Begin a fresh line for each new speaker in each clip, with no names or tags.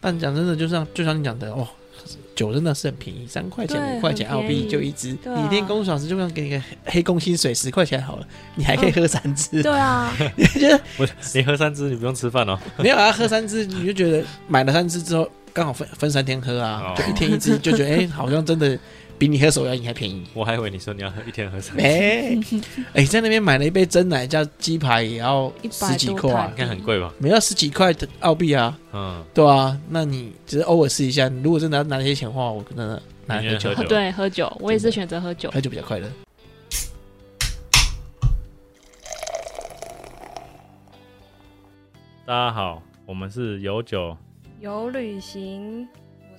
但讲真的，就像就像你讲的哦，酒真的是很便宜，三块钱、
对
五块钱澳
很便宜
币就一支，
对啊
你练功小时就算给你个黑黑工薪水十块钱好了， 你还可以
嗯
喝三支，
对啊，
你就觉得
不是你喝三支，你不用吃饭哦。
没有啊，喝三支你就觉得买了三支之后刚好分分三天喝啊，
哦
就一天一支，就觉得哎、好像真的比你喝手摇饮还便 宜。
我还以为你说你要喝一天喝三支，
哎、哎，在那边买了一杯真奶加鸡排也要
100
十几
多
块、啊
台
应，该很贵吧？
没要十几块的澳币啊，
嗯，
对啊，那你只是偶尔试一下，如果真的要拿那些钱的话，我可能拿来喝酒
宁愿喝，酒
对，喝酒，我也是选择喝酒。
喝酒比较快乐。
大家好，我们是有酒，
有旅行，我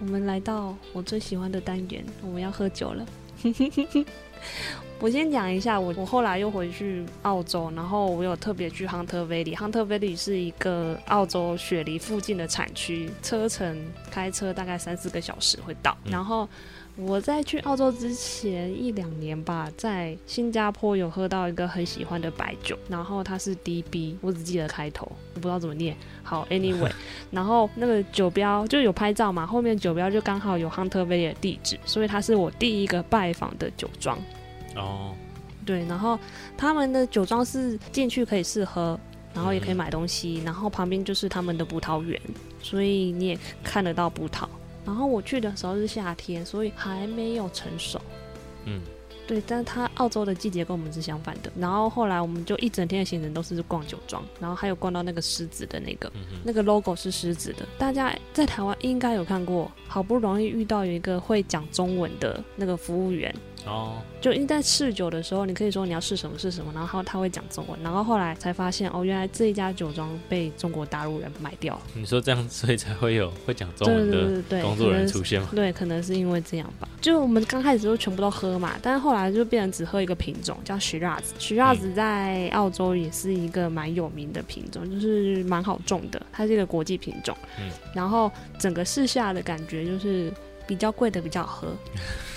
我们来到我最喜欢的单元，我们要喝酒了。我先讲一下，我我后来又回去澳洲，然后我有特别去 Hunter Valley，Hunter Valley 是一个澳洲雪梨附近的产区，车程开车大概三四个小时会到。
嗯
然后我在去澳洲之前一两年吧，在新加坡有喝到一个很喜欢的白酒，然后它是 DB，我只记得开头，我不知道怎么念。好，Anyway，然后那个酒标就有拍照嘛，后面酒标就刚好有亨特威尔地址，所以它是我第一个拜访的酒庄。
哦，
对，然后他们的酒庄是进去可以试喝，然后也可以买东西，然后旁边就是他们的葡萄园，所以你也看得到葡萄。然后我去的时候是夏天，所以还没有成熟。
嗯，
对，但是它澳洲的季节跟我们是相反的。然后后来我们就一整天的行程都是逛酒庄，然后还有逛到那个狮子的那个，那个 logo 是狮子的。大家在台湾应该有看过，好不容易遇到有一个会讲中文的那个服务员，
哦，
就因为在试酒的时候，你可以说你要试什么试什么，然后他他会讲中文，然后后来才发现哦，原来这一家酒庄被中国大陆人买掉了。
你说这样，所以才会有会讲中
对
文
对对
的
对对，
工作人
可
员
能
出现吗？
对，可能是因为这样吧。就我们刚开始就全部都喝嘛，但是后来就变成只喝一个品种，叫 Shiraz。Shiraz 在澳洲也是一个蛮有名的品种，就是蛮好种的，它是一个国际品种。
嗯
然后整个试下的感觉就是比较贵的比较好喝，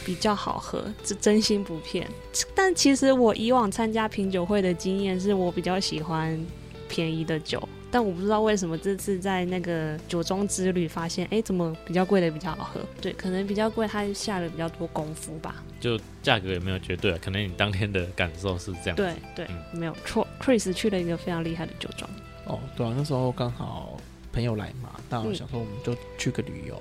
比较好喝，这真心不骗。但其实我以往参加品酒会的经验是我比较喜欢便宜的酒。但我不知道为什么这次在那个酒庄之旅发现，哎，怎么比较贵的比较好喝？对，可能比较贵，它下了比较多功夫吧。
嗯
就价格也没有绝对啊，可能你当天的感受是这样。
对对，
嗯
没有错。Chris 去了一个非常厉害的酒庄，
哦，对啊，那时候刚好朋友来嘛，那
嗯
我想说我们就去个旅游，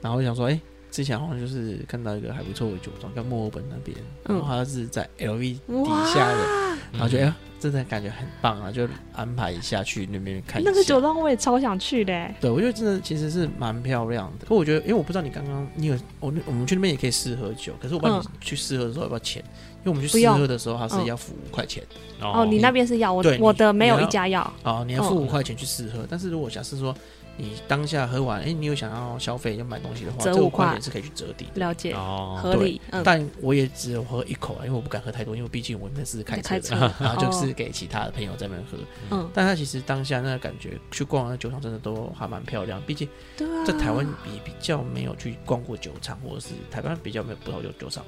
然后我想说，哎、之前好像就是看到一个还不错的酒庄，在墨尔本那边，
嗯
然后它是在 LV 底下的，然后就哎、呀真的感觉很棒啊，就安排一下去那边看一下。
那个酒庄我也超想去的欸。
对，我觉得真的其实是蛮漂亮的。可我觉得，因为我不知道你刚刚你有我那我们去那边也可以试喝酒，可是我帮你
嗯
去试喝的时候要不要钱？因为我们去
不
试
用
喝的时候，它是
嗯
要付五块钱
哦，你那边是药，我
对
我的
你
没有
你
一
要
家药。
啊、哦你要付五
嗯
块钱去试喝。但是如果假设说你当下喝完，哎，你有想要消费要买东西的话，
折
这五
5块
块钱是可以去折抵的。
了解，
哦，
合理。嗯，
但我也只有喝一口啊，因为我不敢喝太多，因为毕竟我那是开车
开
的，
车
然后就是
哦
给其他的朋友在那边喝。
嗯，
但他其实当下那个感觉，去逛那酒厂真的都还蛮漂亮，毕竟。
对啊。
在台湾比比较没有去逛过酒厂，或者是台湾比较没有葡萄酒酒厂。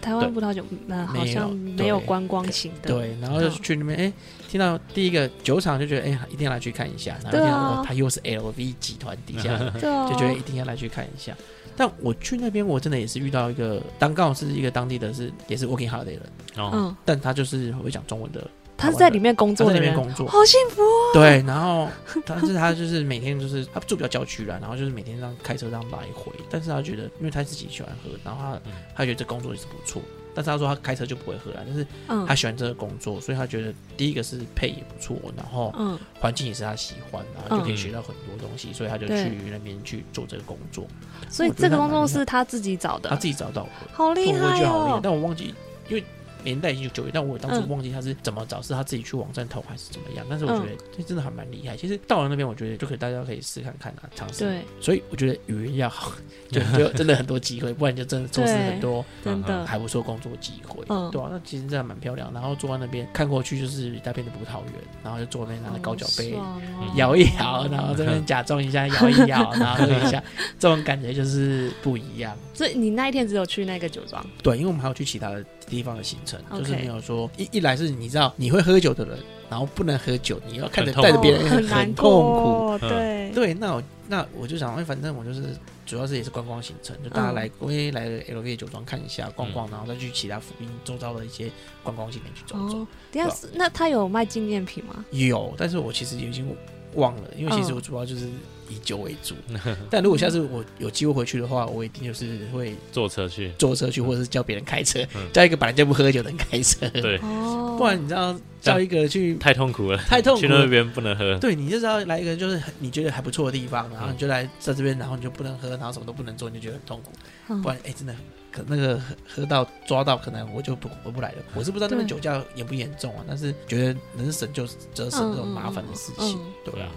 台
对
湾葡萄酒，嗯，好
没有
像没有
对
观光型的。
对，然后就
嗯
去那边，哎、听到第一个酒厂就觉得，哎、一定要来去看一下。然后
对
听
啊
到、哦，它又是 LV 集团底下的，
对啊，
就觉得一定要来去看一下。但我去那边，我真的也是遇到一个，当刚好是一个当地的是也是 working holiday 人，
哦，
嗯，
但他就是会讲中文的，
他是在里面工
他
作
在那
的
边
人，
工作，
好幸福哦。
对，然后但是他就是每天就是他住比较郊区啦，然后就是每天这样开车这样来回，但是他觉得因为他自己喜欢喝，然后他、
嗯
他觉得这工作也是不错，但是他说他开车就不会喝啦，但是
嗯
他喜欢这个工作，所以他觉得第一个是配也不错，然后
嗯，
环境也是他喜欢，然后就可以
嗯
学到很多东西，所以他就
对
去那边去做这个工作，
所以
我觉
这
得
个
还
工
蛮厉
作
害
是他自己找的
他，自己找到的，
好
对
厉
我也觉
害
得好厉害
哦，！
但我忘记，因为年代已经久远，但我当
嗯
初忘记他是怎么找，是他自己去网站投还是怎么样。但是我
嗯
觉得这真的还蛮厉害。其实到了那边，我觉得就可以大家可以试看看啊，尝试。
对，
所以我觉得语言要好，就就真的很多机会，不然就真的错失很多
真的，
嗯还不错工作机会。
嗯
对啊，那其实真的蛮漂亮。然后坐在那边看过去就是一大片的葡萄园，然后就坐那边拿着高脚杯。
好爽哦
摇一摇，然后这边假装一下，摇一 摇，然后喝一下，这种感觉就是不一样。
所以你那一天只有去那个酒庄，
对，因为我们还有去其他的地方的行程
OK
就是没有说一一来是你知道你会喝酒的人，然后不能喝酒，你要看着
很痛
带着哎别
哦
人
很
很
难
痛苦。
过，对，
对，那我那我就想，哎，反正我就是主要是也是观光行程，就大家
嗯
来，我也来了 LV 酒庄看一下
嗯
逛逛，然后再去其他附近周遭的一些观光景点去走走
哦。，等一
对啊
下是那他有卖纪念品吗？
有，但是我其实已经忘了，因为其实
嗯
我主要就是以酒为主。
嗯
但如果下次我有机会回去的话，我一定就是会
坐车去，
坐车去，或者是叫别人开车，
嗯
叫一个本来就不喝酒的人开车。
对，
哦，
不然你知道叫一个去
太痛苦了，
太痛苦
去那
了。
边不能喝，
对，你就是要来一个就是很你觉得还不错的地方，然
嗯
后你就来在这边，然后你就不能喝，然后什么都不能做，你就觉得很痛苦。
嗯
不然，哎、真的可那个喝喝到抓到，可能我就不回不来了。我是不知道那边
对
酒驾严不严重啊，但是觉得能省就折省这种麻烦的事情，
嗯嗯嗯
对啊，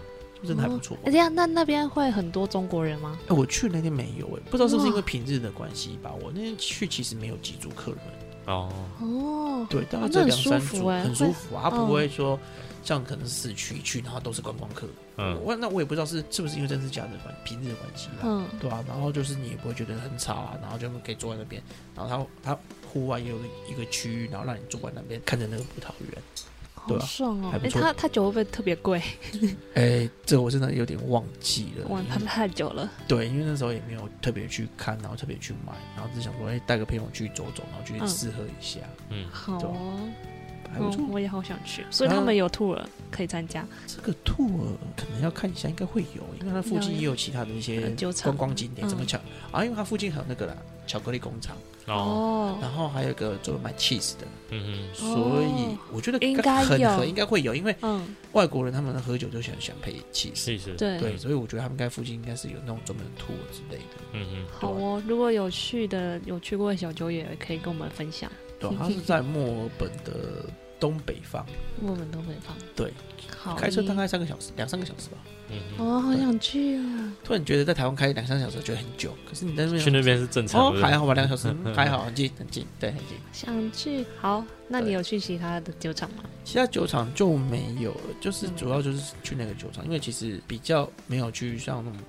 就真的还不错。
哎，这样那那边会很多中国人吗？
哎我去那天没有、哎，不知道是不是因为
哇
平日的关系吧？我那天去其实没有几组客人，
哦，
哦，
对，大概
哦
只
那
有两
很舒
三
服
组，
哎
很
会
舒服啊。它
嗯
不会说像可能市区一去，然后都是观光客。
哦
嗯，
我那我也不知道是是不是因为真是假的关平日的关系啦。
嗯，
对啊，然后就是你也不会觉得很吵啊，然后就可以坐在那边，然后它它户外也有一个一个区域，然后让你坐在那边看着那个葡萄园。对
好
啊
爽哦
还！不
哎，
错
他他酒会不会特别贵？
哎，这我真的有点忘记了。
哇，他
因为
太久了，
对，因为那时候也没有特别去看，然后特别去买，然后只想说，哎，带个朋友去走走，然后去
嗯
试喝一下，
嗯，
好
对啊
哦，
还不错。
嗯我也好想去，所以
啊
他们有 tour 可以参加，
这个 tour 可能要看一下，应该会有，因为它附近也有其他的一些
很纠缠
观光景点，
嗯
怎么巧啊？因为它附近还有那个啦，巧克力工厂，
哦，
哦，
然后还有一个专门卖 cheese 的，
嗯哼，
所以我觉得
应该
很
有
很应该会有，因为
嗯，
外国人他们喝酒就喜欢想配 cheese，
试一试，
对
对，所以我觉得他们应该附近应该是有那种专门的 tour 之类的，
嗯哼，
好哦，如果有去的有去过的小酒也可以跟我们分享，
对啊，它是在墨尔本的东北方，
我们都会放。
对，
好，
开车大概三个小时，两三个小时吧。
嗯哼，
哦，好想去哦，
突然觉得在台湾开两三个小时觉得很久，可是你在那边
去那边是正
哦
常的，
还好吧，两个 小时嗯还好，很近很近，对，很近。
想去。好，那你有去其他的酒厂吗？
其他酒厂就没有了，就是
嗯
主要就是去那个酒厂，因为其实比较没有去像那种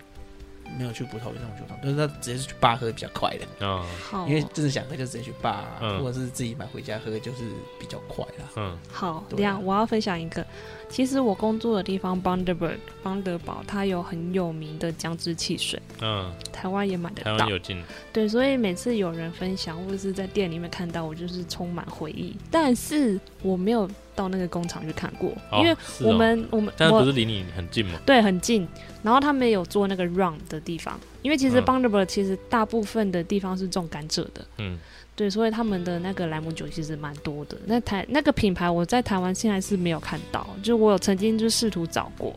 没有去葡萄园那种酒厂，就是他直接是去吧喝比较快的，
哦，
好哦，
因为真的想喝就直接去吧、
嗯
或者是自己买回家喝就是比较快啦。
嗯
好，
对啊
这样我要分享一个。其实我工作的地方邦德堡，邦德堡它有很有名的姜汁汽水，
嗯，
台湾也买得
台
到
湾。有进，
对，所以每次有人分享或者是在店里面看到，我就是充满回忆。但是我没有到那个工厂去看过，
哦
因为
是哦
我们我们
但
我
不是离你很近嘛，
对，很近。然后他们也有做那个 run 的地方，因为其实
嗯
b o n d a b l e 其实大部分的地方是种甘蔗的，
嗯，
对，所以他们的那个莱姆酒其实蛮多的。那台那个品牌我在台湾现在是没有看到，就是我有曾经就试图找过，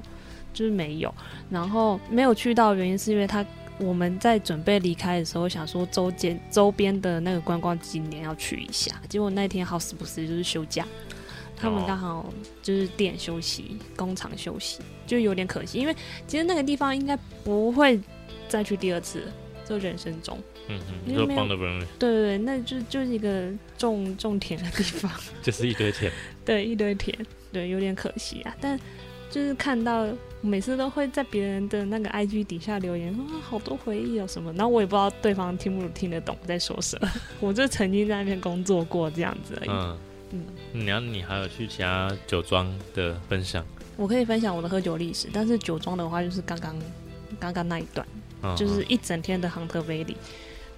就是没有。然后没有去到的原因是因为他我们在准备离开的时候想说周间周边的那个观光景点要去一下，结果那天好死不死就是休假。他们
哦
刚好就是店休息，工厂休息，就有点可惜，因为其实那个地方应该不会再去第二次了，就人生中。
嗯哼，你
因为
说
没有
帮的不容易，
对对对，那就就是一个种种田的地方，
就是一堆钱，
对，一堆田，对，有点可惜啊。但就是看到每次都会在别人的那个 IG 底下留言，哇，好多回忆哦什么，然后我也不知道对方听不听得懂我在说什么， 我就曾经在那边工作过这样子而已。
嗯
嗯
嗯，然后你还有去其他酒庄的分享，
我可以分享我的喝酒历史，但是酒庄的话就是刚刚刚刚那一段。
嗯
就是一整天的亨特杯里。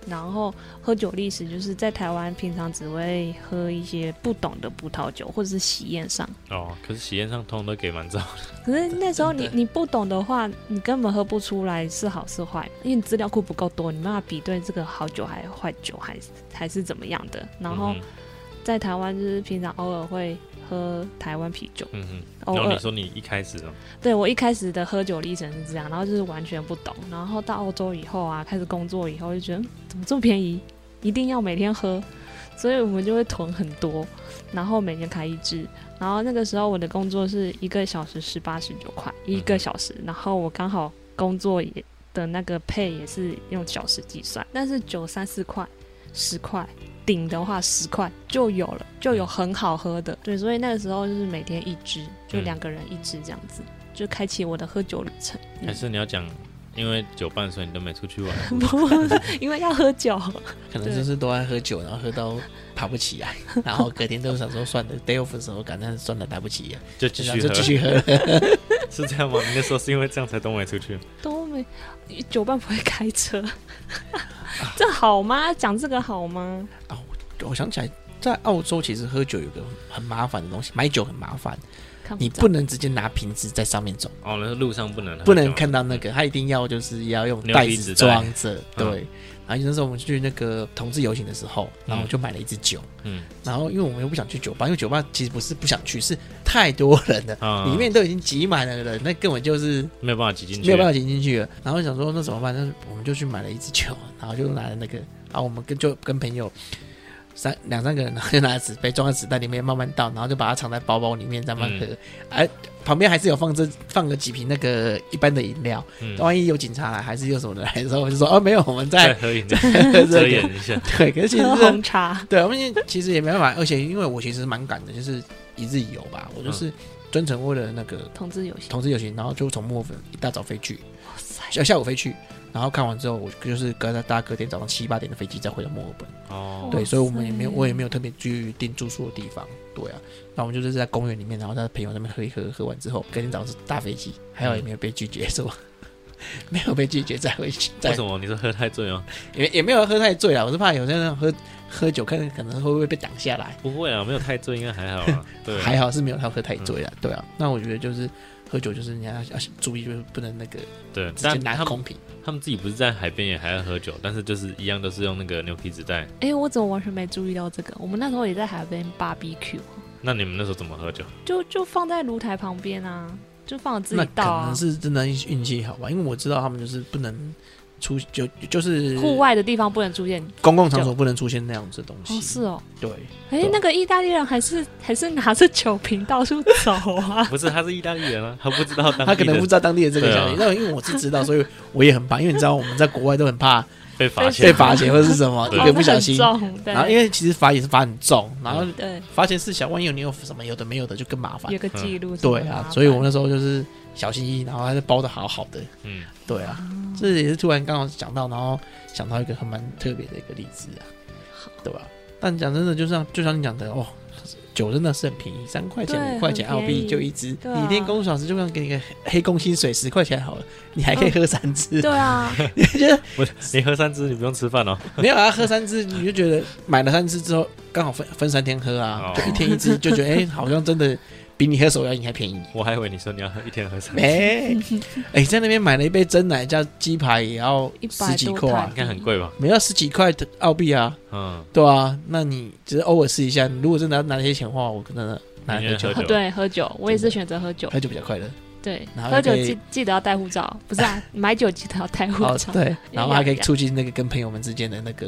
然后喝酒历史就是在台湾平常只会喝一些不懂的葡萄酒或者是喜宴上，
哦，可是喜宴上通都给蛮早，
可是那时候你
真的
你不懂的话，你根本喝不出来是好是坏，因为你资料库不够多，你没办法比对这个好酒还坏酒还是还是怎么样的。然后
嗯哼
在台湾就是平常偶尔会喝台湾啤酒，
嗯哼。
偶
然后
尔
你说你一开始哦，
对我一开始的喝酒历程是这样，然后就是完全不懂，然后到澳洲以后啊，开始工作以后就觉得嗯怎么这么便宜，一定要每天喝，所以我们就会囤很多，然后每天开一支。然后那个时候我的工作是一个小时十八十九块一个小时，然后我刚好工作也的那个配也是用小时计算，但是九三四块十块。顶的话十块就有了，就有很好喝的。对，所以那个时候就是每天一支，就
嗯
两个人一支这样子，就开启我的喝酒旅程。
嗯
还是你要讲，因为酒伴所以你都没出去玩，
不，因为要喝酒，
可能就是都爱喝酒，然后喝到爬不起 来，然后隔天都想说算了，day off 的时候感叹算了，来不及了，
就继
然后
续
就
喝，
继续喝。
是这样吗？你那时候是因为这样才都没出去？
都没酒伴不会开车， 这好吗？讲这个好吗？
我想起来，在澳洲其实喝酒有个很麻烦的东西，买酒很麻烦，
看
你
到
不能直接拿瓶子在上面走，
哦，那路上不能喝
不能
酒
看到那个，他一定要就是要用
你要
袋
一
子
直带
装着。对，然后那时候我们去那个同志游行的时候，然后我就买了一支酒，
嗯，
然后因为我们又不想去酒吧，因为酒吧其实不是不想去，是太多人了。
啊，
里面都已经挤满了人，那根本就是
没有办法挤进去，
没有办法挤进去了。然后想说那怎么办？那我们就去买了一支酒，然后就拿了那个，然后我们跟就跟朋友三两三个人，然后就拿纸杯装在纸袋里面慢慢倒，然后就把它藏在包包里面慢慢喝。哎、旁边还是有放这放了几瓶那个一般的饮料，
嗯
万一有警察来还是有什么人来的时候，我就说哦没有，我们
再
哦在
喝饮料
喝
遮
这个。
掩一下，
对，可是其实
喝
是
红茶，
对，我们其实也没办法，而且因为我其实蛮赶的，就是一日游吧，我就是专程为了那个
同志游戏。
同志游行，然后就从墨尔本一大早飞去，
哇塞，
下下午飞去，然后看完之后，我就是跟大家隔天早上七八点的飞机再回到墨尔本。
哦，
对，
哇
所以我们也没有，
塞
我也没有特别去订住宿的地方。对啊，那我们就是在公园里面，然后在朋友那边喝一喝，喝完之后，隔天早上是搭飞机，还好也没有被拒绝，是吧？ 没有被拒绝，再回去，
为
再
什么你是喝太醉 哦？
也也没有喝太醉啊，我是怕有些人喝喝酒，看可能会不会被挡下来。
不会啊，没有太醉应该还好啊，对嗯啊，
还好是没有他喝太醉了，对啊。那我觉得就是喝酒，就是你要要注意，就是不能那个
对，
直接
但
拿
他们
空瓶。
他们自己不是在海边也还要喝酒，但是就是一样都是用那个牛皮纸袋。
哎、我怎么完全没注意到这个？我们那时候也在海边 BBQ，
那你们那时候怎么喝酒？，
就就放在炉台旁边啊，就放我自
那
己
可
倒啊
能。是真的运气好吧，因为我知道他们就是不能出就就是
户外的地方不能出现
公共场所不能出现那样子的东西。
哦，是哦，
对，
哎、
对啊
那个意大利人还是还是拿着酒瓶到处走啊
不是，他是意大利人啊，他不知道当地
他可能
的
不知道当地的这个
对啊
小姐，那因为我是知道，所以我也很怕，因为你知道我们在国外都很 怕
被发现
被罚钱或者是什么，一
啊对
哦
个不小心。
那很重，对，
然后因为其实罚也是罚很重，然后
对
罚钱是小，万一有你有什么有的没有的就更麻烦
有。个记录什么
对
的，
啊，所以我那时候就是小心翼翼，然后还是包的好好的。
嗯，
对啊，
哦
这也是突然刚好讲到，然后想到一个很蛮特别的一个例子啊，对吧、但讲真的，就像就像你讲的哦，酒真的是很便宜，三块
对
钱五块钱
很
澳
便宜
币就一支，
对啊
你一天工作小时就算给你个黑工薪水十块钱好了，你还可以喝三支，
对啊，
你就觉得
不是，你喝三支你不用吃饭哦，
没有啊，喝三支你就觉得买了三支之后刚好分分三天喝啊，
哦
就一天一支，就觉得哎、好像真的比你喝手摇饮还便宜。
我还以为你说你要喝一天 喝三支，
没，哎、在那边买了一杯真奶加鸡排也要
一
十
百
几
多
块啊
泰
应，该很贵吧？
没要十几块的澳币啊，
嗯，
对啊，那你只是偶尔试一下。你如果真的要拿那些钱花，我可能拿来喝酒
宁愿，喝酒
对，喝酒，我也是选择喝酒，
喝酒比较快乐。
对，
然后
喝酒
可以
记记得要带护照，不是 啊，买酒记得要带护
哦，
照，
对，然后还可以
呀呀
促进那个跟朋友们之间的那个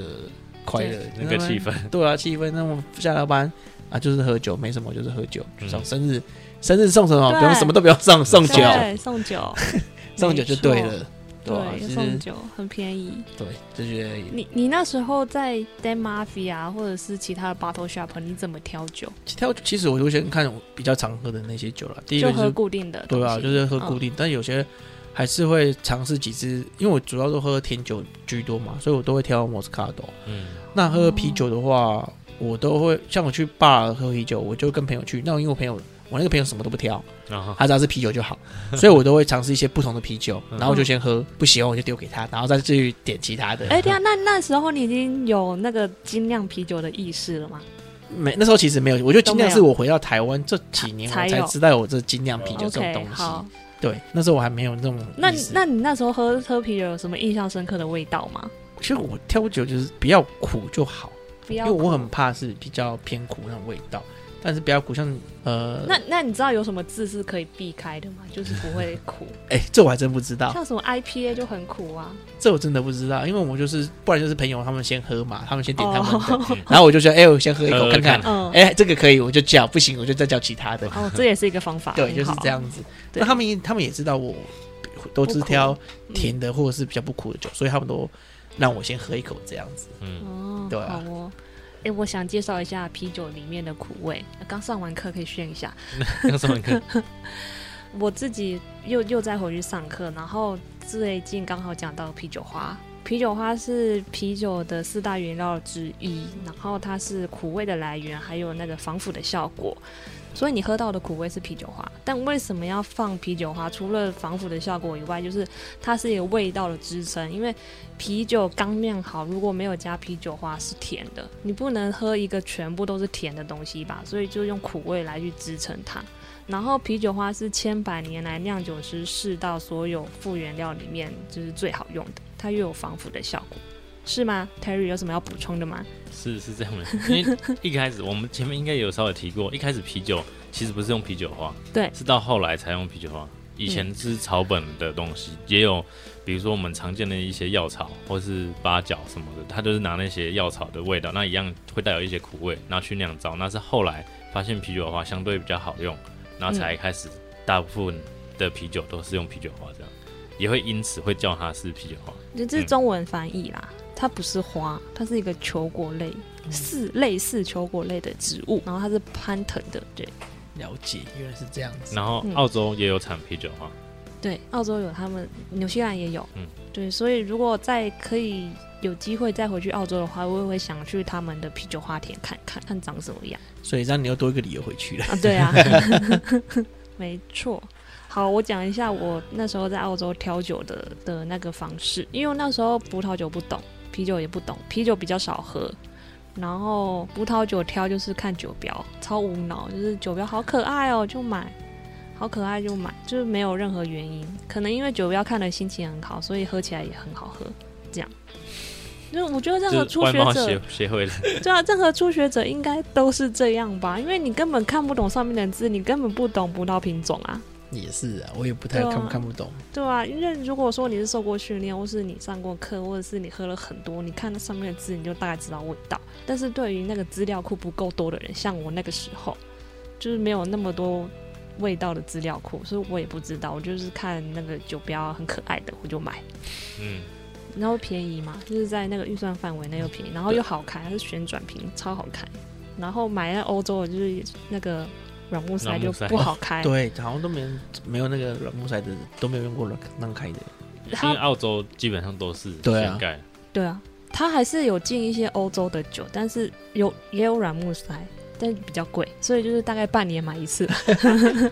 快乐，
那个气。氛，
对啊，气氛。那我下了班啊，就是喝酒，没什么，就是喝酒。
嗯
送生日，生日送什么？
对
不用什么都不用送，送酒，，
对，送酒
送酒就对了。
没
对
错，
啊，就
对，
是
送酒很便宜。
对，就觉得
你你那时候在 Dan Mafia 或者是其他的 Bottle Shop，你怎么挑酒？
挑。其实我就先看我比较常喝的那些酒了。第一个
就
就
喝
是
固定的东西，嗯
对啊，就是喝固定，但有些还是会尝试几支，因为我主要都喝甜酒居多嘛，所以我都会挑 Moscato。
嗯，
那喝啤酒的话，我都会像我去 bar 喝啤酒，我就跟朋友去，那因为我朋友。我那个朋友什么都不挑，
嗯
然后
他只要是啤酒就好，所以我都会尝试一些不同的啤酒，
嗯
然后我就先喝，不喜欢我就丢给他，然后再去点其他的。
哎，对啊，那那时候你已经有那个精酿啤酒的意识了吗？
没那时候其实没有，我觉得精酿
都没有
是我回到台湾这几年我
才
才
有
知道有这精酿啤酒这种
OK，
东西。
好，
对，那时候我还没有那种
那
意识
那你那时候喝喝啤酒有什么印象深刻的味道吗？
其实我挑酒就是比较苦就好，
不
因
要
为
苦，
我很怕是比较偏苦那种味道。但是不要苦，像呃，
那那你知道有什么字是可以避开的吗？就是不会苦，
哎、这我还真不知道，
像什么 IPA 就很苦啊。
这我真的不知道，因为我就是不然就是朋友他们先喝嘛，他们先点他们的，
哦，
然后我就说，哎、我先喝一口
喝
看看，
嗯，
哎、这个可以，我就叫，不行我就再叫其他的，
哦，这也是一个方法。
对，
很
就是
好
这。样子。
对
那他们也他们也知道我都是
不苦嗯
挑甜的或者是比较不苦的酒，所以他们都让我先喝一口这样子。
嗯，
哦，
对啊
好哦。哎，我想介绍一下啤酒里面的苦味。刚上完课可以炫一下，
刚上完课，
我自己又又再回去上课，然后最近刚好讲到啤酒花。啤酒花是啤酒的四大原料之一，然后它是苦味的来源，还有那个防腐的效果。所以你喝到的苦味是啤酒花，但为什么要放啤酒花？除了防腐的效果以外，就是它是一个味道的支撑。因为啤酒刚酿好，如果没有加啤酒花是甜的，你不能喝一个全部都是甜的东西吧？所以就用苦味来去支撑它。然后啤酒花是千百年来酿酒师试到所有副原料里面就是最好用的，它又有防腐的效果，是吗？Terry 有什么要补充的吗？
是是这样的，因为一开始我们前面应该有稍微提过，一开始啤酒其实不是用啤酒花，
对
是到后来才用啤酒花。以前是草本的东西，也有比如说我们常见的一些药草或是八角什么的，它就是拿那些药草的味道，那一样会带有一些苦味，然后去酿造。那是后来发现啤酒花相对比较好用，然
嗯
后才开始大部分的啤酒都是用啤酒花这样，也会因此会叫它是啤酒花。
就这是中文翻译啦，它不是花，它是一个球果类，似类似球果类的植物，然后它是攀藤的，对
了解，原来是这样子。
然后
嗯
澳洲也有产啤酒花，
对，澳洲有他们，纽西兰也有，
嗯
对，所以如果再可以有机会再回去澳洲的话，我也会想去他们的啤酒花田看看，看长什么样。
所以这样你又多一个理由回去了。
啊，对啊， 没错。好，我讲一下我那时候在澳洲挑酒的的那个方式，因为我那时候葡萄酒不懂，啤酒也不懂，啤酒比较少喝，然后葡萄酒挑就是看酒标，超无脑，就是酒标好可爱哦，就买，好可爱就买，就是没有任何原因，可能因为酒标看了心情很好，所以喝起来也很好喝，这样。就我觉得任何
就是
初
外
学
贸
者
协协会的
对啊，任何初学者应该都是这样吧，因为你根本看不懂上面的字，你根本不懂葡萄品种啊，
也是啊，我也不太
对啊
看不看不懂。
对啊，因为如果说你是受过训练，或是你上过课，或者是你喝了很多，你看那上面的字，你就大概知道味道。但是对于那个资料库不够多的人，像我那个时候，就是没有那么多味道的资料库，所以我也不知道，我就是看那个酒标很可爱的，我就买。
嗯。
然后便宜嘛，就是在那个预算范围内又便宜，然后又好看，它是旋转屏，超好看。然后买在欧洲的就是那个软木塞
软
就
木塞
不好开，
对，好像都没人没有那个软木塞的，都没有用过软浪开的。
因
它
为澳洲基本上都是
对啊
掀盖，
对啊，它还是有进一些欧洲的酒，但是有也有软木塞，但比较贵，所以就是大概半年买一次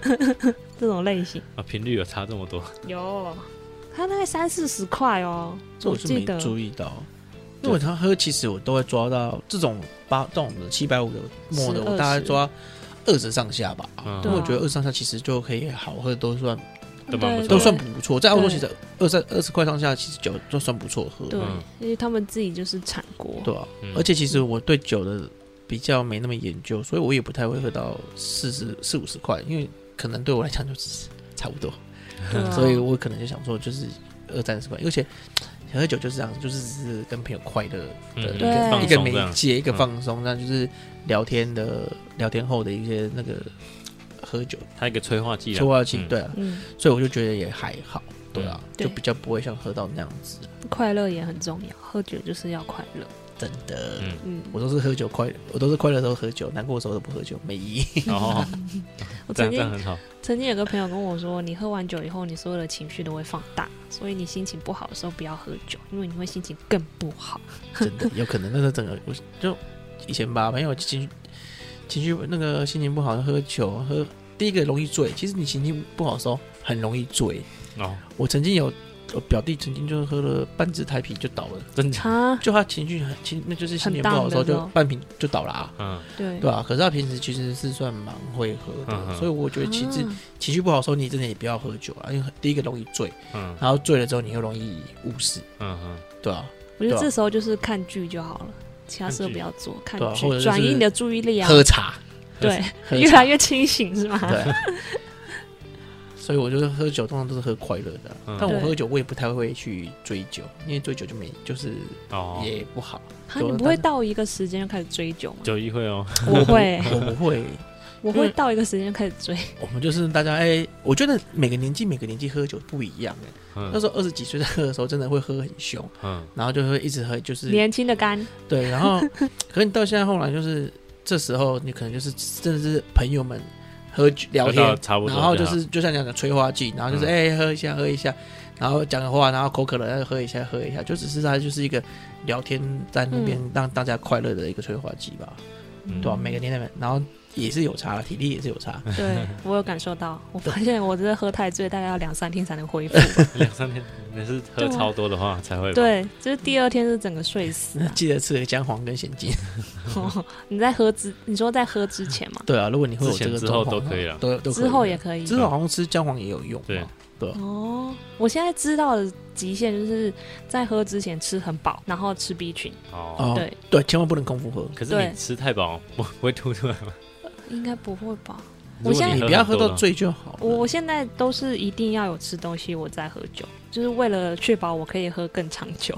这种类型。
啊，频率有差这么多，
有，它大概三四十块哦，
这我是
记
没
得。
注意到，因为我常喝，其实我都会抓到这种八这种的七百五的末的，
10
我大概抓二十上下吧。
嗯
因为我觉得
对啊
二十上下其实就可以好喝，都算
都蛮
对
不错的
都算不错。在澳洲
对
其实二三二十块上下，其实酒都算不错喝。
对
嗯，
因为他们自己就是产国。
对啊，
嗯
而且其实我对酒的比较没那么研究，所以我也不太会喝到四十四五十块，因为可能对我来讲就是差不多，
对
嗯
啊
所以我可能就想说就是二三十块，而且喝酒就是这样，就是只是跟朋友快乐
嗯
的
嗯
一
对
个、
放
一个
松这
媒
样，嗯
介，一个放松，那、就是聊天的聊天后的一些那个喝酒
它一个催化剂啦，
催化剂，
嗯
对啊，
嗯，
所以我就觉得也还好，对啊，
对
就比较不会像喝到那样子，
快乐也很重要，喝酒就是要快乐。
真的。
嗯
嗯，
我都是喝酒快，我都是快乐的时候喝酒，难过的时候都不喝酒，没意 义。
然后
我
哦这
曾
啊样这样
经
很好，
曾经有个朋友跟我说，你喝完酒以后，你所有的情绪都会放大，所以你心情不好的时候不要喝酒，因为你会心情更不好。
真的有可能，那时候整个我就以前吧，朋友情绪情绪那个心情不好，喝酒喝第一个容易醉。其实你心情不好的时候很容易醉。
哦，
我曾经有我表弟曾经就是喝了半只台啤就倒了，
真假，
啊，
就他情绪很情那就是心情不好的时候
很 down 的时
就
候
半瓶就倒了、啊，
嗯，
对
对啊？可是他平时其实是算蛮会喝
嗯
的，
嗯
所以我觉得其实
啊
情绪不好的时候你真的也不要喝酒啊，因为很第一个容易醉，
嗯
然后醉了之后你又容易误事，
嗯嗯，
对啊？
我
对
觉得
啊
这时候就是看剧就好了，其他事都
看剧
不要做，看
对啊或者
剧
就是
转移你的注意力啊。
喝茶，
对，
喝
越
茶
来越清醒是吗？
对。啊 所以我就是喝酒，通常都是喝快乐的。啊
嗯
但我
对
喝酒，我也不太会去追酒，因为追酒就没，就是
哦，
也不好。
啊，
有
你不
但
会
是
到一个时间就开始追酒吗？
九一会哦，
我会，
我不会，
我
因
会
为
到一个时间就开始追。
我们就是大家哎、我觉得每个年纪每个年纪喝酒不一样、哎那
嗯
时候二十几岁在喝的时候，真的会喝很凶，
嗯，
然后就会一直喝，就是
年轻的肝，
对。然后，可你到现在后来就是这时候，你可能就是真的是朋友们喝酒聊
喝到
天，
差不多这
然
样，
后就是就像你讲的催化剂，然后就是
嗯
哎、喝一下喝一下，然后讲个话，然后口渴了再喝一下喝一下，就只是它就是一个聊天在那边
嗯
让大家快乐的一个催化剂吧，
嗯
对吧、每个年代人，然后也是有差，体力也是有差，
对我有感受到，我发现我真的喝太醉，大概要两三天才能 恢复。
两三天，你是喝
对啊
超多的话才会吧，
对，就是第二天是整个睡死
那
啊、
记得吃个姜黄跟咸鸡。
哦 你在喝之，你说在喝之前嘛，
对啊，如果你会有这个
之前之
状
后
况
都可以了
都都可以
之后也可以
之。后好像吃姜黄也有用嘛，啊
对
哦，我现在知道的极限就是在喝之前吃很饱，然后吃 B 群，
哦。
哦
对，
对，千万不能空腹喝，
可是
对
你吃太饱，不 不会吐出来吗？
应该不会吧？
如果
我现在
你
喝
不要
很
喝
多
到
的话，
醉就好了。
我我现在都是一定要有吃东西，我再喝酒，就是为了确保我可以喝更长 久。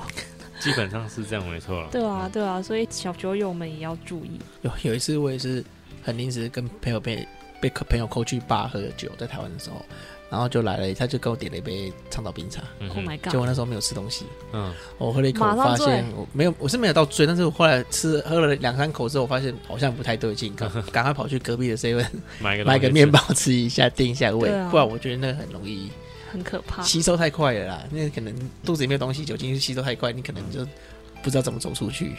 基本上是这样没错了。
对啊，对啊，所以小酒友们也要注意。
有有一次我也是很临时跟朋友被被朋友扣去吧喝酒，在台湾的时候，然后就来了，他就给我点了一杯长岛冰茶，
嗯
Oh
哼
my
结果
god！
那时候没有吃东西，
嗯，
我喝了一口，
马
我
上
发
醉
现我没有，我是没有到醉，但是我后来吃喝了两三口之后，我发现好像不太对劲，赶 赶快跑去隔壁的 seven
买个
买个
东西
面
吃
包吃一下垫一下胃
对啊，啊
不然我觉得那个很容易。
很可怕。
吸收太快了啦，那可能肚子里面的东西酒精吸收太快，你可能就不知道怎么走出去，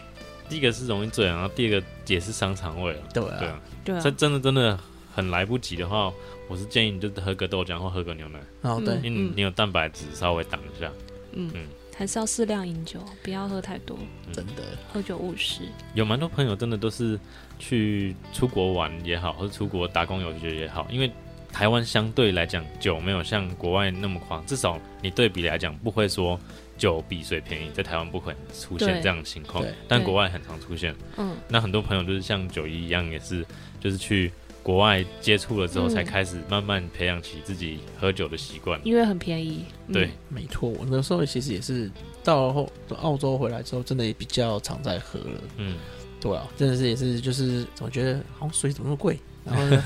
第一个是容易醉，然后第二个也是伤肠胃了。
对吧、
对啊，
对啊
这，真的真的很来不及的话，我是建议你就喝个豆浆或喝个牛奶，
然后对，
因为你
嗯
你有蛋白质稍微挡一下。
嗯
嗯，
还是要适量饮酒，不要喝太多，
真的
喝酒误事。
有蛮多朋友真的都是去出国玩也好，或者出国打工游学也好，因为台湾相对来讲酒没有像国外那么狂，至少你对比来讲不会说酒比水便宜，在台湾不会出现
对
这样的情况
对，
但
对
国外很常出现。
嗯，
那很多朋友就是像九一一样，也是就是去国外接触了之后，
嗯
才开始慢慢培养起自己喝酒的习惯。
因为很便宜。嗯
对，
没错。我那时候其实也是到后澳洲回来之后，真的也比较常在喝了，
嗯，
对啊，真的是也是就是总觉得好像水怎么那么贵，然后呢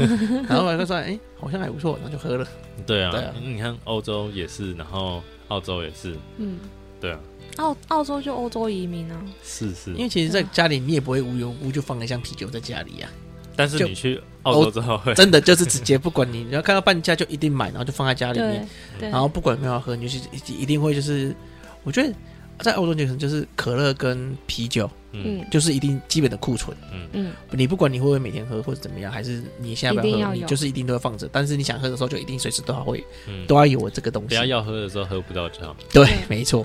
然后我就算哎、好像还不错，然后就喝了，
对啊，
对啊
你看欧洲也是，然后澳洲也是，
嗯，
对啊，
澳澳洲就欧洲移民啊。
是是
因。为其实在家里你也不会无缘无故就放一箱啤酒在家里啊，
但是
就
你去澳洲之后会，
真的就是直接不管你，你要看到半价就一定买，然后就放在家里面
对，对
然，后不管有没有要喝，你就是一定会就是，我觉得在欧洲精神就是可乐跟啤酒
嗯
嗯
就是一定基本的库存，
嗯，
嗯，
你不管你会不会每天喝或者怎么样，还是你现在不
一定
要
要
喝，
有
你就是一定都会放着，但是你想喝的时候就一定随时都要会
嗯
都要有我这个东
不
西
要，要喝的时候喝不到就好。
对
对，
没错，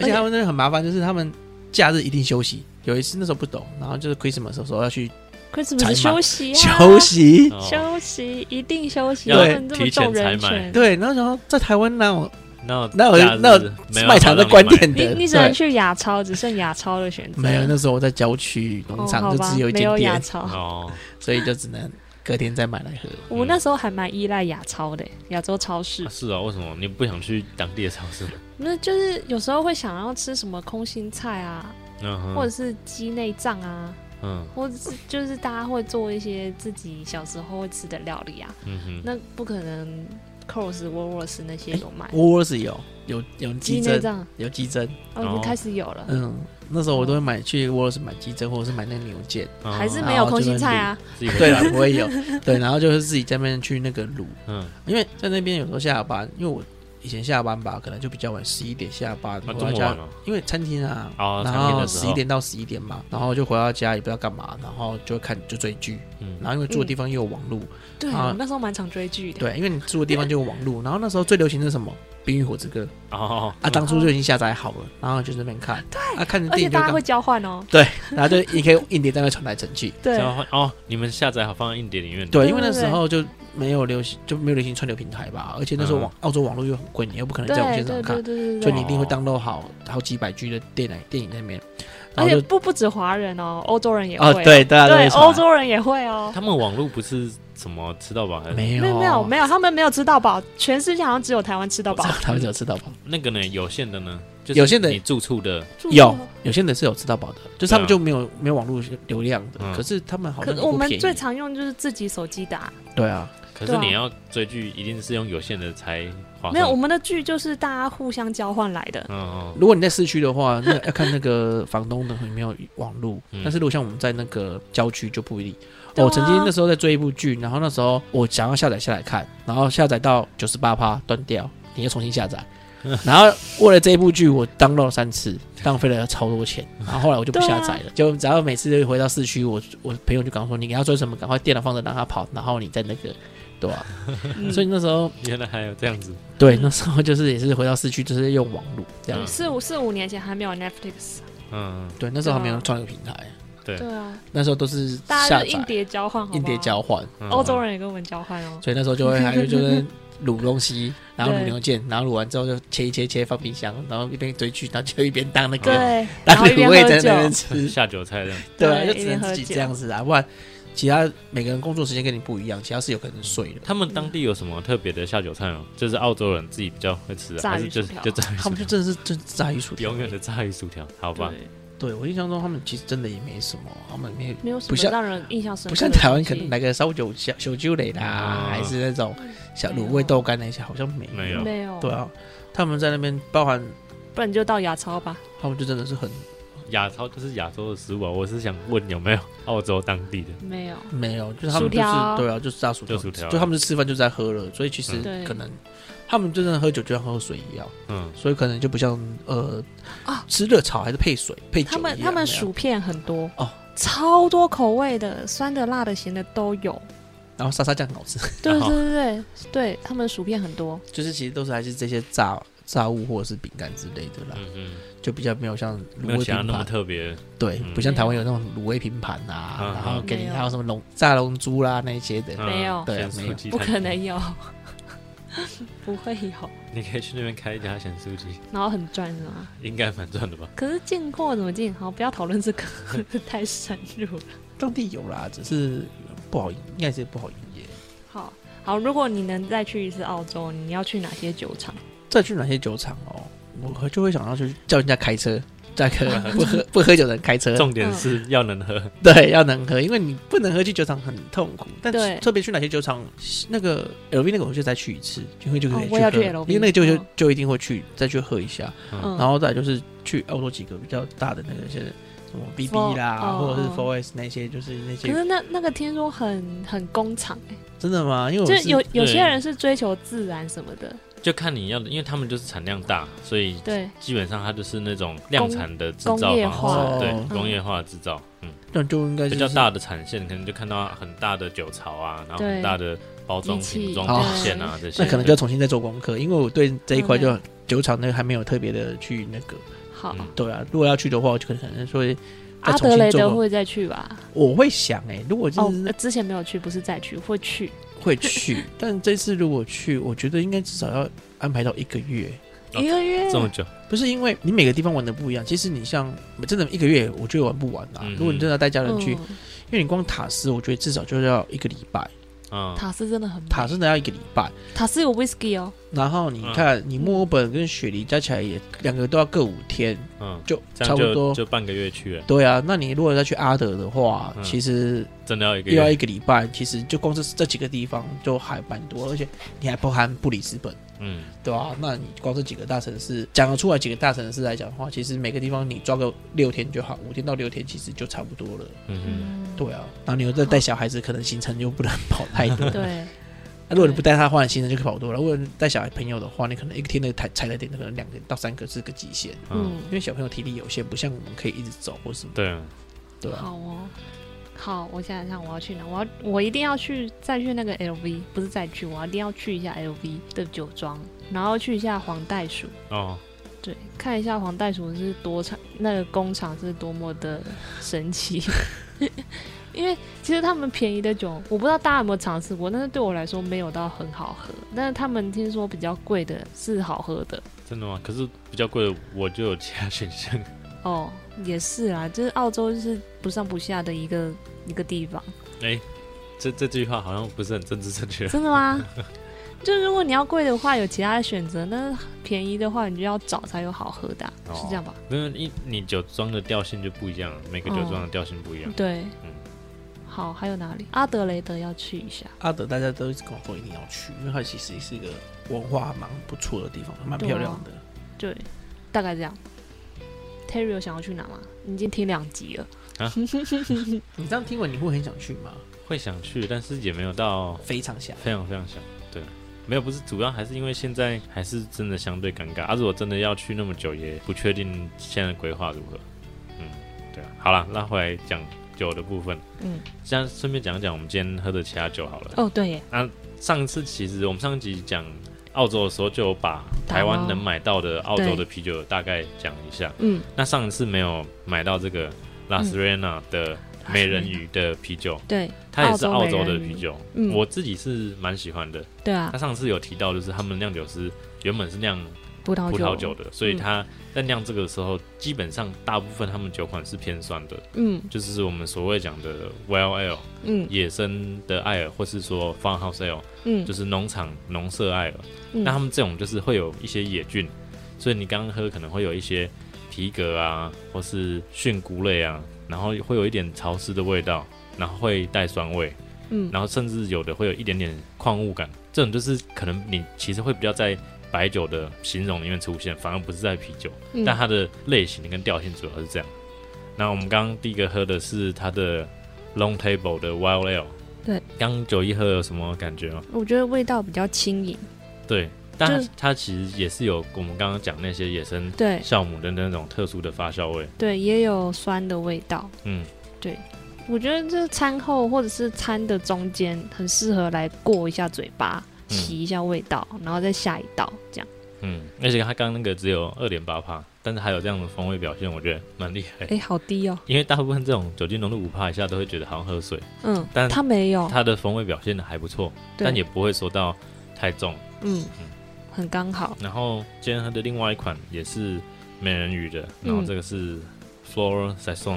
而
而且
且他们那边很麻烦，就是他们假日一定休息。有一次那时候不懂，然后就是 Christmas 的时候要去
可是不
才买
是休息啊？
休。息，
哦，
休息一定休息，
要
他们这么
提前
重人
才买
权，
对，然后想说在台湾那我
那
那我
假日
那我
没有
卖场
的
的观点
你
的，
你只能
对
去亚超，只剩亚超的选择。
没有，那时候我在郊区农
哦，
场
好
就
吧
只，有一
没
间
有亚
店，
超。
哦，
所以就只能隔天再买来喝。
我那时候还蛮依赖亚超的，亚洲超市
啊。是啊，为什么你不想去当地的超 市？
那就是有时候会想要吃什么空心菜啊，
嗯哼，
或者是鸡内脏啊，
嗯
或者是就是大家会做一些自己小时候会吃的料理啊。
嗯哼，
那不可能 c o s w o l w o r t s 那些有卖。
窝窝是有有有鸡
鸡内
胗，
脏
有鸡胗，
哦，已经开始有了，
嗯，那时候我都会买
嗯
去窝窝是买鸡胗，或者是买那个牛腱。
哦
还是没有空心菜啊？
自己回
对
家
了，不会有，对，然后就是自己在那边去那个卤，
嗯，
因为在那边有时候下班，因为我以前下班吧，可能就比较晚，十一点下班，
那
回
啊这
到
么
家
晚，了，
因为餐厅啊，
哦
然
餐厅
后
的时
十
候
一点到十一点嘛，然后就回到家也不知道干嘛，然后就看就追剧，
嗯
然后因为住的地方又有网络，
对，
啊
我那时候蛮常追剧的。
对，因为你住的地方就有网络，然后那时候最流行的是什么？《冰与火之歌》
哦，
啊，当初就已经下载好了，然后就在那边看，对，啊，看着
而
电
且
影就
大家
干
会，交换哦，
然
嗯
后就也可以用硬碟在那传来传去，
对
交换哦，你们下载好放在硬碟里面，
对，因为那
对
时候就没有流行，就没有流行串流平台吧。而且那时候网、
嗯
澳洲网络又很贵，你又不可能
对
在我们
对
现场
对
看
对，对
所
对
以你一定会 download 好好几百 G 的电影电影在那边，然
而
后
且
就
不不止华人哦，欧洲人也会、
啊，对，大家都
对
会，传
欧洲人也会哦。
他们网络不是什么吃到饱还是
没有
没有没有没有，他们没有吃到饱，全世界好像只有台湾吃到饱。
他们有吃到饱，
那个呢？有线的呢？就是
有线的
你住处的，
嗯
有有些人是有吃到饱的，就是他们
对啊
就没有没有网络流量的，
嗯
可是他们好
可
像
是
也
我
不
们
便宜
最。常用就是自己手机打，
对啊，
可
对
是
啊
你要追剧，一定是用有线的才划算。
没有我们的剧就是大家互相交换来的。
嗯，嗯
如果你在市区的话，那 要看那个房东的有没有网络。
嗯
但是如果像我们在那个郊区就不一定。哦
对啊
我曾经那时候在追一部剧，然后那时候我想要下载下来看，然后下载到九十八趴断掉，你又重新下载。然后为了这一部剧，我 download 了三次，浪费了超多钱。然后后来我就不下载
啊
了，就只要每次都回到市区，我我朋友就刚说你给他追什么，赶快电脑放着让他跑，然后你再那个，对啊。
嗯
所以那时候
原来还有这样子，
对那时候就是也是回到市区，就是用网络这样
嗯
子。
四五四五年前还没有 Netflix，
嗯，
对，那时候还没有
对啊
创一个平台。
对
对啊，
那时候都是
大
下
家
载
就硬碟交换，好不好
硬碟，交换，嗯
嗯
欧洲人也跟我们交换哦。
所以那时候就会还有就是卤东西，然后卤
对
牛 腱，然后卤完之后就切一切切放冰箱，然后一边追剧，然后就一边当那个
对，
当
然后一
卤
边
味在
喝
那边
酒，
吃，
嗯下酒菜这样，
对啊，就
对一
只
边
能
喝
自己
酒
这样子啊，不然其他每个人工作时间跟你不一样，其他是有可能睡 的，
他们当地有什么特别的下酒菜吗？就是澳洲人自己比较会吃的，
炸
还
鱼
是就
薯
是
条
就炸鱼
他
薯
们就
条？
真的是真炸鱼薯条
永。远的炸鱼薯条，好吧？
对
对我印象中，他们其实真的也没什么，他们没有
没有什
不
么
像
让人印象深
不
刻的东西。
像台湾，可能来个烧酒小小酒类啦，
嗯
还是那种小卤味豆干那些，好像没
没有
没有，
对，啊，他们在那边包含
不然你就到亚超吧。
他们就真的是很
亚超就是亚洲的食物啊，我是想问有没有澳洲当地的？
没有，
没有，就是他们
薯
就是
条
对啊，就是炸薯条，
就薯条
他们就吃饭就在喝了，所以其实
嗯
对
可能他们就算喝酒就像喝水一样，
嗯，
所以可能就不像呃
啊
吃热炒还是配水配酒
他们
一样
他们
那样
薯片很多
哦，
超多口味的，酸的、辣的、咸的都有。
然后沙沙酱很好吃，
对
然后
对对对，对他们薯片很多，
就是其实都是还是这些炸炸物或者是饼干之类的啦，
嗯嗯，
就比较没有像
没
卤
有
味
其他
拼
那么
盘，
特别。
对，
嗯
不像台湾有那种卤味拼盘啊，
嗯
然后给你
没有
还有什么龙炸龙珠啦那一些的，
嗯
没有
对啊
咸酥
没有
鸡
不
摊
可能有， 不会有，
你可以去那边开一家咸酥鸡，
然后很赚是吗？
应该蛮赚的吧？
可是进货怎么进？好，不要讨论这个， 太深入了。
当地有啦，只是不好营，应该是不好营业。
好好，如果你能再去一次澳洲，你要去哪些酒厂？
再去哪些酒厂哦，我就会想要去叫人家开车，叫个 不喝不喝酒的人开车，
重点是
嗯
要能喝，
对，要能喝，因为你不能喝去酒厂很痛苦。但
对
特别去哪些酒厂，那个 LV 那个我就再去一次，因为就可以
哦我也要
喝
去 LV
因为那个就就
嗯
就一定会去再去喝一下，
嗯，
然后再来就是去欧洲几个比较大的那个些什么 BB 啦，
哦
或者是
哦
Four S 那些，就是那
可
些
是那那个听说很很工厂欸
真的吗？因为
就
我
是有
是
有些
对
人是追求自然什么的，
就看你要的，因为他们就是产量大，所以
对，
基本上它就是那种量产的制造
工业
方
化
式，
哦
对，工业化制造，嗯，
那就应该
比
是
较大的产线，可能就看到很大的酒槽啊，然后
对
很大的包装
仪器
瓶装
哦
品线啊这些，
那可能就要
对
重新再做功课，因为我对这一块就
嗯
酒厂那个还没有特别的去那个。
好，
嗯
对啊，如果要去的话，我就可能说哎再
阿
重
德
新
雷
做
德
个。
会再去吧？
我会想哎、如果
哦
真，
呃
的
之前没有去，不是再去，会去
是会 去，但这次如果去，我觉得应该至少要安排到一个月。
哦
一个月
这么久，
不是因为你每个地方玩的不一样，其实你像真的一个月，我觉得玩不完啊。
嗯
如果你真的要带家人去，
嗯
因为你光塔斯，我觉得至少就要一个礼拜，
嗯，
塔斯真的很美
塔斯呢要一个礼拜。
塔斯有 whisky 哦，
然后你看，你墨尔本跟雪梨加起来也两个都要各五天，
嗯，
就
这
差
样
不
就
多。
就半个月去了，
对啊，那你如果再去阿德的话，
嗯
其实
真的要一个
又要
月，
一个礼拜，其实就光是这几个地方就还蛮多，而且你还包含布里斯本，
嗯，
对吧、那你光这几个大城市讲得出来几个大城市来讲的话，其实每个地方你抓个六天就好，五天到六天其实就差不多了。
嗯
对啊，然后你又再带小孩子，可能行程就不能跑太 多。那、
对，
如果你不带他的话，你行程就可以跑多了。如果你带小孩朋友的话，你可能一天的踩踩的点可能两个到三个是个极限，
哼嗯，
因为小朋友体力有限，不像我们可以一直走或什么，
对，
对啊？
好哦。好，我想想我要去哪？我要我一定要去再去那个 LV，不是再去，我一定要去一下 LV 的酒庄，然后去一下黄袋鼠，
哦，
对，看一下 黄袋鼠是多长，那个工厂是多么的神奇。因为其实他们便宜的酒，我不知道大家有没有尝试过，但是对我来说没有到很好喝。但是他们听说比较贵的是好喝的
真的吗？可是比较贵的我就有其他选项，
哦，也是啦，就是澳洲就是不上不下的一个一个地方，
这这句话好像不是很政治正确。
真的 吗？就如果你要贵的话，有其他的选择；但是便宜的话，你就要找才有好喝的啊、
哦
是这样吧？
因为一你酒庄的调性就不一样，每个酒庄的调性不一样。
对
嗯，
好，还有哪里？阿德雷德要去一下。
阿德大家都一直跟我说一定要去，因为它其实是一个文化蛮不错的地方，蛮漂亮的。啊
对，大概这样。Terry 有想要去哪吗？你已经听两集了，
你这样听完你会很想去吗？
会想去，但是也没有到
非常想。
非常非常想。对，没有不是主要还是因为现在还是真的相对尴尬。啊，如果真的要去那么久，也不确定现在规划如何。嗯，对啊。好了，那回来讲酒的部分。
嗯，
这样顺便讲一讲我们今天喝的其他酒好了。
哦，对耶，
上次其实我们上集讲澳洲的时候，就有把台湾能买到的澳洲的啤酒大概讲一下。
嗯，
那上一次没有买到这个拉斯瑞纳的美人鱼的啤酒，
对，
它也是澳
嗯澳洲
洲
美
的
人鱼
啤酒，
嗯
我自己是蛮喜欢的。
对啊
他，上次有提到，就是他们酿酒师原本是酿
葡萄酒，
葡萄酒
嗯
的，所以他在酿这个时候，基本上大部分他们酒款是偏酸的，
嗯
就是我们所谓讲的 wild ale
嗯
野生的艾尔，或是说 farmhouse ale，
嗯，
就是农场农舍艾尔。
嗯
那他们这种就是会有一些野菌，所以你刚刚喝可能会有一些皮革啊，或是菌菇类啊，然后会有一点潮湿的味道，然后会带酸味。
嗯
然后甚至有的会有一点点矿物感，这种就是可能你其实会比较在白酒的形容里面出现，反而不是在啤酒，
嗯
但它的类型跟调性主要是这样。那我们刚刚第一个喝的是它的 Long Table 的 Wild Ale，
对，
刚九一喝有什么感觉吗？
我觉得味道比较轻盈，
对，但
就是
它它其实也是有我们刚刚讲那些野生
对
酵母的那种特殊的发酵味，
对，也有酸的味道。
嗯，
我觉得这餐后或者是餐的中间，很适合来过一下嘴巴，
嗯
洗一下味道，然后再下一道这样。
嗯，而且它刚刚那个只有二点八帕，但是还有这样的风味表现，我觉得蛮厉害的。
哎，好低哦，
因为大部分这种酒精浓度五帕以下都会觉得好像喝水，
嗯，
但
它没有，
它的风味表现的还不错，
对
但也不会说到太重。
嗯，很刚好，
然后今天喝的另外一款也是美人鱼的，然
嗯
后这个是 Flor Saison，、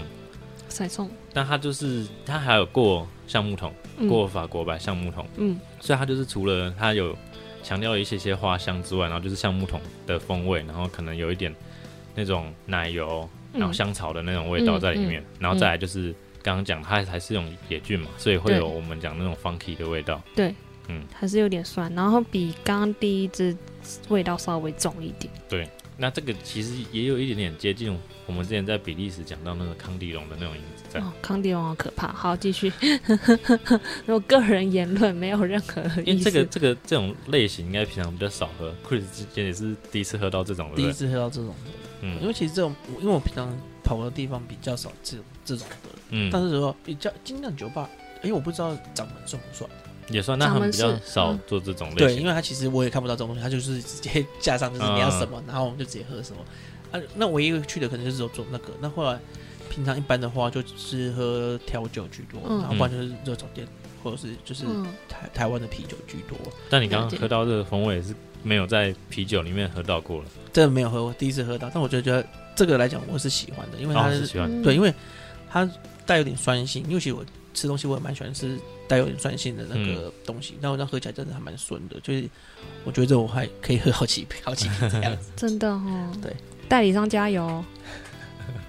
再送，
但它就是它还有过橡木桶，
嗯
过法国白橡木桶，
嗯
所以它就是除了它有强调一些些花香之外，然后就是橡木桶的风味，然后可能有一点那种奶油，然后
嗯
香草的那种味道在里面，然后再来就是刚刚讲它还是用野菌嘛，所以会
对
有我们讲那种 funky 的味道。
还是有点酸，然后比刚刚第一支味道稍微重一点。
那这个其实也有一点点接近我们之前在比利时讲到那个康迪龙的那种影子在。
哦，康帝王好可怕。好，继续。 我个人言论没有任何
因
意
为
思。
这个这个这种类型应该平常比较少喝，Chris 之前也是第一次喝到这种，对
第
不
一
对？
次喝到这种的，因
嗯
为其实这种，因为我平常跑的地方比较少这种这种的，但
嗯，
是说比较精酿酒吧，因为我不知道掌门算不算，
也算，那他
咱
们
们
比较
是
少
嗯
做这种类
对，
型
因。为它其实我也看不到这种东西，它就是直接架上就是你要什么，
嗯
然后我们就直接喝什么。啊，那唯一去的可能就是有做那个，那后来平常一般的话就是喝调酒居多，
嗯
然后不然就是热炒店或者是就是
嗯，
台、台湾的啤酒居多。
但你刚刚
了解
喝到这个风味是没有在啤酒里面喝到过了，
真的没有喝过，第一次喝到，但我就觉得这个来讲我是喜欢的，因为
哦
啊
它
是
是、
喜
嗯
欢。
对，因为它带有点酸性，尤其我吃东西我也蛮喜欢吃带有点酸性的那个东西，那我这样喝起来真的还蛮顺的，就是我觉得我还可以喝好几杯，好 几杯这样子。
真的哦。
对，
代理商加 油。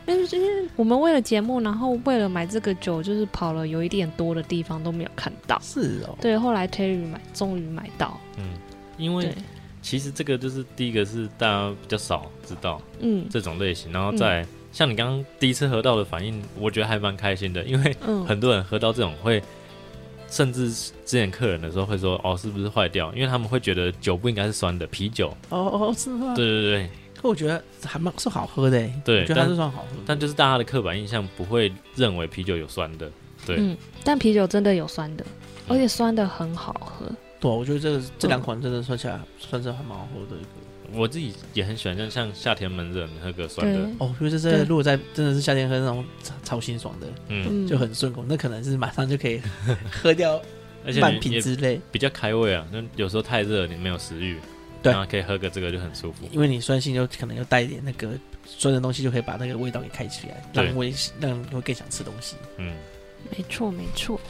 因为因为我们为了节目，然后为了买这个酒，就是跑了有一点多的地方都没有看到。
是哦，
对，后来 Terry 买，终于买到。
嗯，因为
对，
其实这个就是第一个是大家比较少知道
嗯
这种类型，然后再来、像你刚刚第一次喝到的反应，我觉得还蛮开心的，因为
嗯，
很多人喝到这种会，甚至之前客人的时候会说哦是不是坏掉，因为他们会觉得酒不应该是酸的，啤酒，
哦哦是
嗯
吗？
对对对，
可我觉得还蛮是好喝的欸，
对
我觉得
但
还是算好喝的。
但就是大家的刻板印象不会认为啤酒有酸的，对
嗯，但啤酒真的有酸
嗯
的，而且酸的很好喝。
嗯对啊，我觉得这个这两款真的算起来算是还蛮好喝的一个。
我自己也很喜欢，像像夏天闷热，你喝个酸的嗯
对，
哦，所以这真的，如果在真的是夏天喝那种超超清爽的，
嗯，
嗯，
就很顺口，那可能是马上就 可以喝掉
而且
半
你
瓶
也
之类，
比较开胃啊。那有时候太热，你没有食欲，
对
然后可以喝个这个就很舒服。
因为你酸性就可能又带一点那个酸的东西，就可以把那个味道给开起来，
对
让味让人会更想吃东西。
嗯，
没错没错。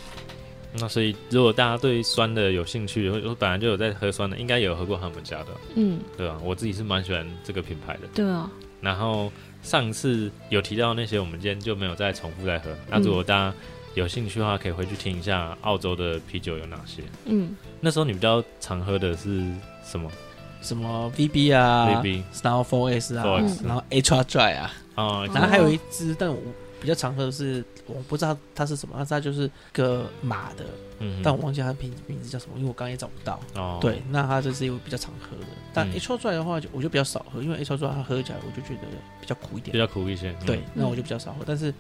那所以如果大家对酸的有兴趣，或者说本来就有在喝酸的，应该也有喝过他们家的，
嗯，
对啊，我自己是蛮喜欢这个品牌的。
对啊，
然后上次有提到那些，我们今天就没有再重复再喝。那如果大家有兴趣的话，可以回去听一下澳洲的啤酒有哪些。
嗯，
那时候你比较常喝的是什么
什么 VB 啊
VB
，Snow Four S 啊
4S，
然后 HR Dry 啊，
啊？
然后还有一支，但我比较常喝的是，我不知道它是什么，但是它就是个马的，
嗯
但我忘记它名名字叫什么，因为我刚刚也找不到。
哦，
对，那它这是我比较常喝的，但
嗯
H O 拽的话，就我就比较少喝，因为 H O 拽它喝起来我就觉得比较苦一
比
点。
较苦一些。嗯
对，，那我就比较少喝。但是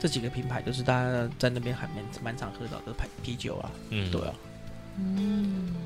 这几个品牌就是大家在那边还蛮蛮常喝到的牌啤酒啊，
嗯
对。啊，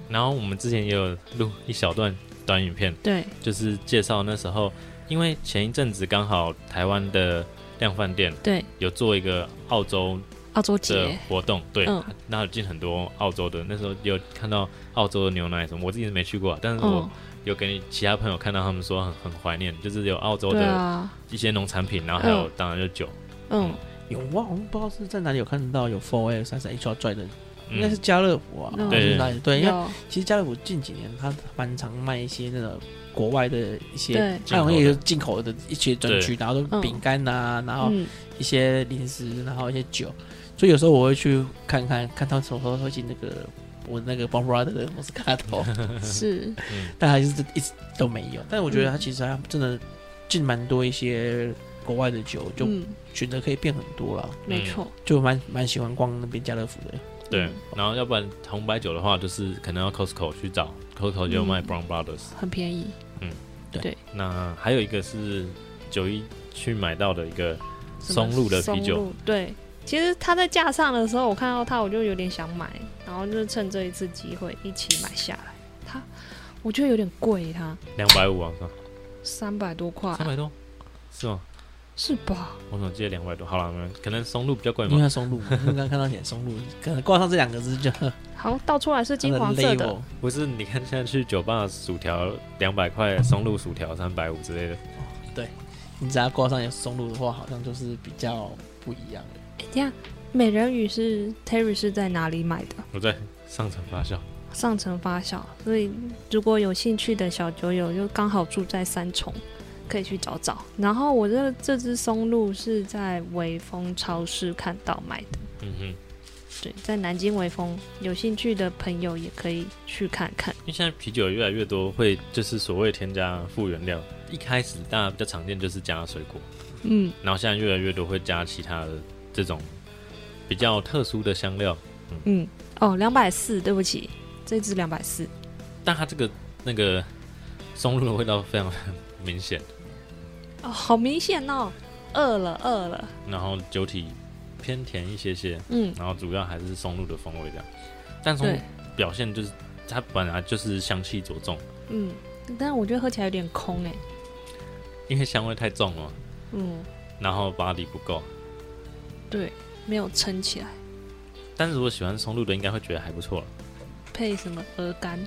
然后我们之前也有录一小段短影片，
对，
就是介绍那时候，因为前一阵子刚好台湾的量贩店
对
有做一个澳洲
澳洲
的
节，
活动，对，
嗯
那有进很多澳洲的，那时候有看到澳洲的牛奶什么，我自己是没去过啊，但是我
嗯，
有跟其他朋友看到他们说很很怀念，就是有澳洲
对
的
啊，
一些农产品，然后还有当然就酒，
嗯，
有哇，我不知道是在哪里有看到有 Four S 还是 H O 拽的，应该
嗯
是家乐福啊，
嗯
还是哪里对，因为
有
其实家乐福近几年它蛮常卖一些那个国外的一些
对，
它好像也有进口的一些专区，然后都
嗯
饼干呐，然后
嗯，
一些零食，然后一些酒，所以有时候我会去看看，看他什么时候会进那个我那个 b o b r o t h e r 的 Moscato，
是，
但还是一直都没有。嗯但是我觉得他其实还真的进蛮多一些国外的酒，就
嗯，
选择可以变很多了，
没错，嗯
就蛮蛮喜欢逛那边家乐福的。
对，然后要不然红白酒的话，就是可能要 Costco 去找，Costco 就有
嗯
卖 Brown Brothers，、
很便宜，
那还有一个是九一去买到的一个松露的啤
松
酒，
露，对。其实它在架上的时候，我看到它，我就有点想买，然后就趁这一次机会一起买下来。它，我觉得有点贵，它
两百五啊，是吧
三百多块，
三百多，是吗？
是吧？
我怎么记得两百多？好了，没有可能松露比较贵
因为
嘛。
它 松露嘛，因为刚刚看到点松露，可能挂上这两个字就
好，倒出来是金黄色
哦
的，。
不是，你看现在去酒吧薯条两百块，松露薯条三百五之类的。
你只要挂上有松露的话，好像就是比较不一样的。
哎，等一下，美人鱼是 Terry 是在哪里买的？
我在上层发酵，
上层发酵，所以如果有兴趣的小酒友，就刚好住在三重，可以去找找。然后我这这只松露是在微风超市看到买的，
嗯哼，
对，在南京微风，有兴趣的朋友也可以去看看。
因为现在啤酒越来越多会就是所谓添加复原料，一开始大家比较常见就是加水果，
嗯，
然后现在越来越多会加其他的这种比较特殊的香料，
哦，两百四，对不起，这只两百四，
但它这个那个松露的味道非常明显，
哦，好明显哦，饿了饿了，
然后酒体偏甜一些些，
嗯，
然后主要还是松露的风味这样。但松露
对，
表现就是它本来就是香气着重，
嗯，但是我觉得喝起来有点空哎，
因为香味太重了嘛，
嗯，
然后 body 不够。
对，没有撑起来，
但是如果喜欢松露的，应该会觉得还不错了，
配什么鹅肝，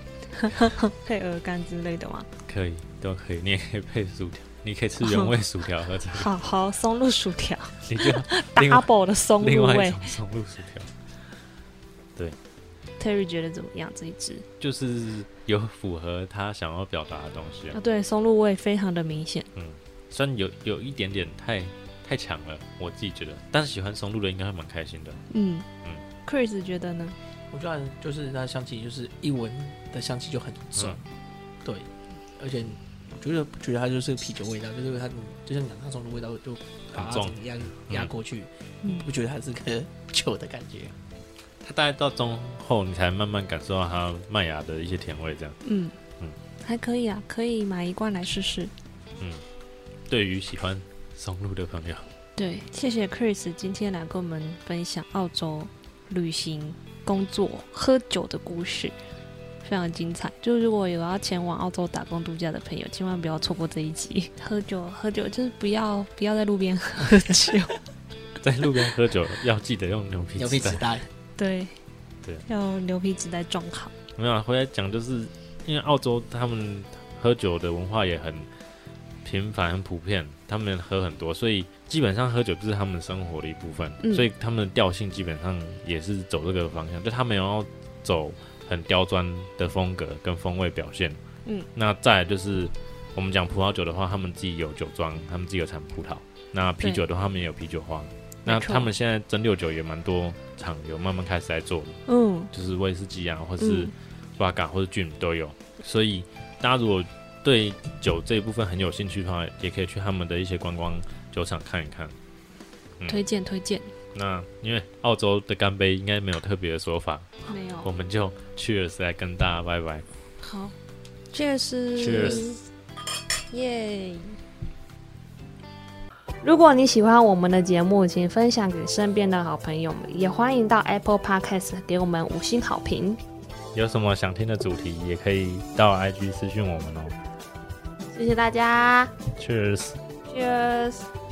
配鹅肝之类的吗？
可以都可以，你也可以配薯条，你可以吃原味薯条和这个，
好好，松露薯条
你就另外
，double 的松
另
露
外一
味
种松露薯条，
，Terry 觉得怎么样？这一支
就是有符合他想要表达的东西啊
啊，。对，松露味非常的明显，
虽然有有一点点太太强了，我自己觉得，但是喜欢松露的应该会蛮开心的。
嗯
嗯
Chris 觉得呢？
我觉得就是它的香气，就是一闻的香气就很重，
嗯
对，而且我觉得不觉得它就是啤酒味道，就是它就像洋葱的味道就把它
重
整个压压过去，
嗯
不觉得它是个 酒的感觉。
它大概到中后，你才慢慢感受到它麦芽的一些甜味。这样，
嗯
嗯
还可以啊，可以买一罐来试试。
对于喜欢松露的朋友，
对，谢谢 Chris 今天来跟我们分享澳洲旅行、工作、喝酒的故事。非常精彩。就如果有要前往澳洲打工度假的朋友，千万不要错过这一集。喝酒，喝酒就是不要不要在路边喝酒。
在路边喝酒要记得用牛皮
牛皮
纸
纸
袋。
袋，
对，
对，
要牛皮纸袋装好。
没有啊，回来讲就是因为澳洲他们喝酒的文化也很频繁、很普遍，他们喝很多，所以基本上喝酒就是他们生活的一部分，
嗯
所以他们的调性基本上也是走这个方向，就他们要走很刁钻的风格跟风味表现。
嗯，
那再来就是我们讲葡萄酒的话，他们自己有酒庄，他们自己有产葡萄；那啤酒的话，他们也有啤酒花。那
没错
他们现在蒸馏酒也蛮多厂有慢慢开始在做了
嗯，
就是威士忌啊，或是
嗯
v 嘎或是 gin 都有。所以大家如果对酒这一部分很有兴趣的话，也可以去他们的一些观光酒厂看一看。嗯
推荐推荐，
那因为澳洲的干杯应该没有特别的说法，
没
我
有
们就 cheers 来跟大家拜拜。
好，
Cheers
耶！
如果你喜欢我们的节目，请分享给身边的好朋友们，也欢迎到 Apple Podcast 给我们五星好评。
有什么想听的主题，也可以到 IG 私讯我们哦。
谢谢大家。
Cheers。
Cheers！